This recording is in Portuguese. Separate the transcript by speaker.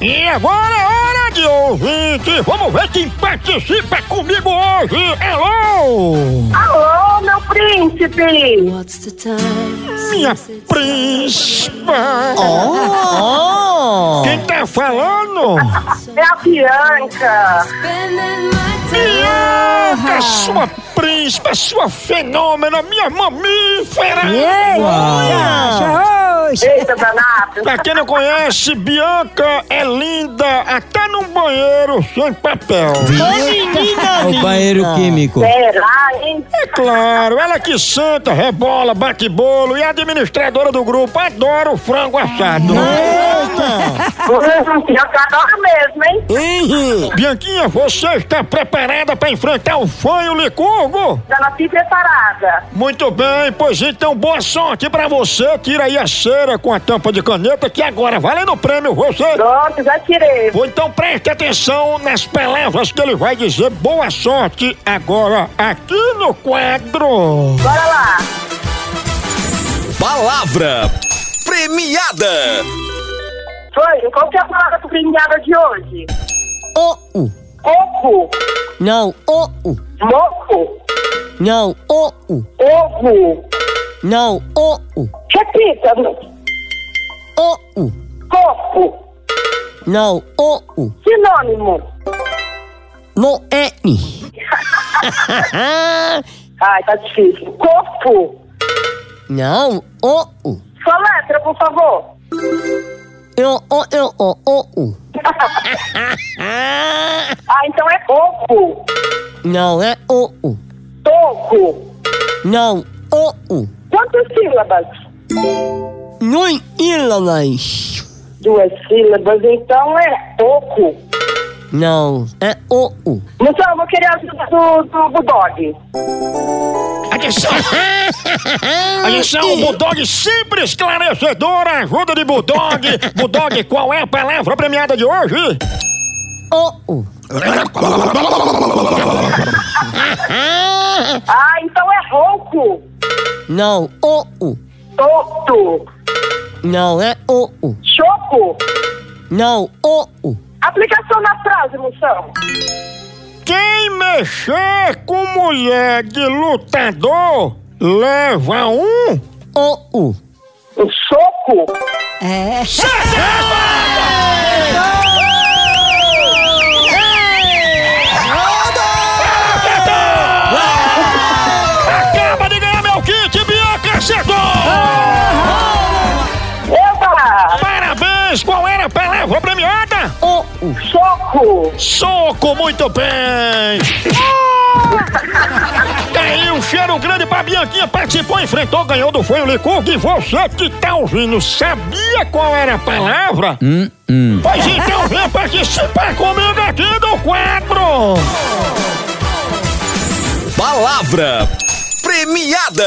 Speaker 1: E agora é hora de ouvinte! Vamos ver quem participa comigo hoje! Hello!
Speaker 2: Alô, meu príncipe!
Speaker 3: What's the time?
Speaker 1: Minha
Speaker 3: since it's-
Speaker 1: príncipa!
Speaker 4: Oh!
Speaker 1: Quem tá falando?
Speaker 2: É a Bianca!
Speaker 3: Spending my
Speaker 1: Bianca, sua príncipa, sua fenômena, minha mamífera!
Speaker 2: Eita, danado!
Speaker 1: Pra quem não conhece, Bianca é linda até num banheiro sem papel.
Speaker 4: O banheiro químico.
Speaker 2: Será, hein?
Speaker 1: É claro, ela que senta, rebola, bate bolo e a administradora do grupo adora o frango assado.
Speaker 2: Bianca adora mesmo, hein?
Speaker 1: Bianquinha, você está preparada para enfrentar o fanho licurgo?
Speaker 2: Já nasci preparada.
Speaker 1: Muito bem, pois então boa sorte pra você. Tira aí a cera com a tampa de caneta que agora valendo o prêmio você.
Speaker 2: Pronto, já tirei.
Speaker 1: Ou então preste atenção nas palavras que ele vai dizer. Boa sorte agora aqui no quadro.
Speaker 2: Bora lá.
Speaker 5: Palavra premiada.
Speaker 2: Foi, qual que é a palavra premiada de hoje?
Speaker 4: O-u.
Speaker 2: Coco,
Speaker 4: Não, o-u.
Speaker 2: moco,
Speaker 4: Não, o-u.
Speaker 2: ovo.
Speaker 4: Não, o-u.
Speaker 2: Repita,
Speaker 4: O-u.
Speaker 2: coco,
Speaker 4: Não, o-u.
Speaker 2: sinônimo.
Speaker 4: Moene.
Speaker 2: Ai, tá difícil. Coco,
Speaker 4: Não, o-u.
Speaker 2: sua letra, por favor.
Speaker 4: Eu, o, eu, o, o-u.
Speaker 2: Ah, então é coco,
Speaker 4: Não é o-u.
Speaker 2: toco.
Speaker 4: Não, o-u.
Speaker 2: Quantas sílabas?
Speaker 4: Nui ilamas.
Speaker 2: Duas sílabas, então é toco.
Speaker 4: Não, é o-u.
Speaker 2: Moção, eu vou querer a ajuda do, do Bulldog.
Speaker 1: Atenção! Atenção, Bulldog sempre esclarecedora. Ajuda de Bulldog. Bulldog, qual é a palavra premiada de hoje?
Speaker 4: O-u.
Speaker 2: Ah, então é rouco,
Speaker 4: Não, o-u.
Speaker 2: toto,
Speaker 4: Não é o-u.
Speaker 2: choco.
Speaker 4: Não, o-u.
Speaker 2: Aplicação na frase, moção.
Speaker 1: Quem mexer com mulher de lutador leva um.
Speaker 4: O-u.
Speaker 2: O soco.
Speaker 3: É.
Speaker 1: Acaba de ganhar meu kit, Bianca acertou!
Speaker 2: Eba!
Speaker 1: Parabéns! Qual era a palavra premiada?
Speaker 4: O-u.
Speaker 2: Soco!
Speaker 1: Soco, muito bem! Caiu um cheiro grande pra Bianquinha, participou, enfrentou, ganhou do Foi o Licurgo e você que tá ouvindo, sabia qual era a palavra? Pois então vem participar comigo aqui do quadro!
Speaker 5: Palavra premiada.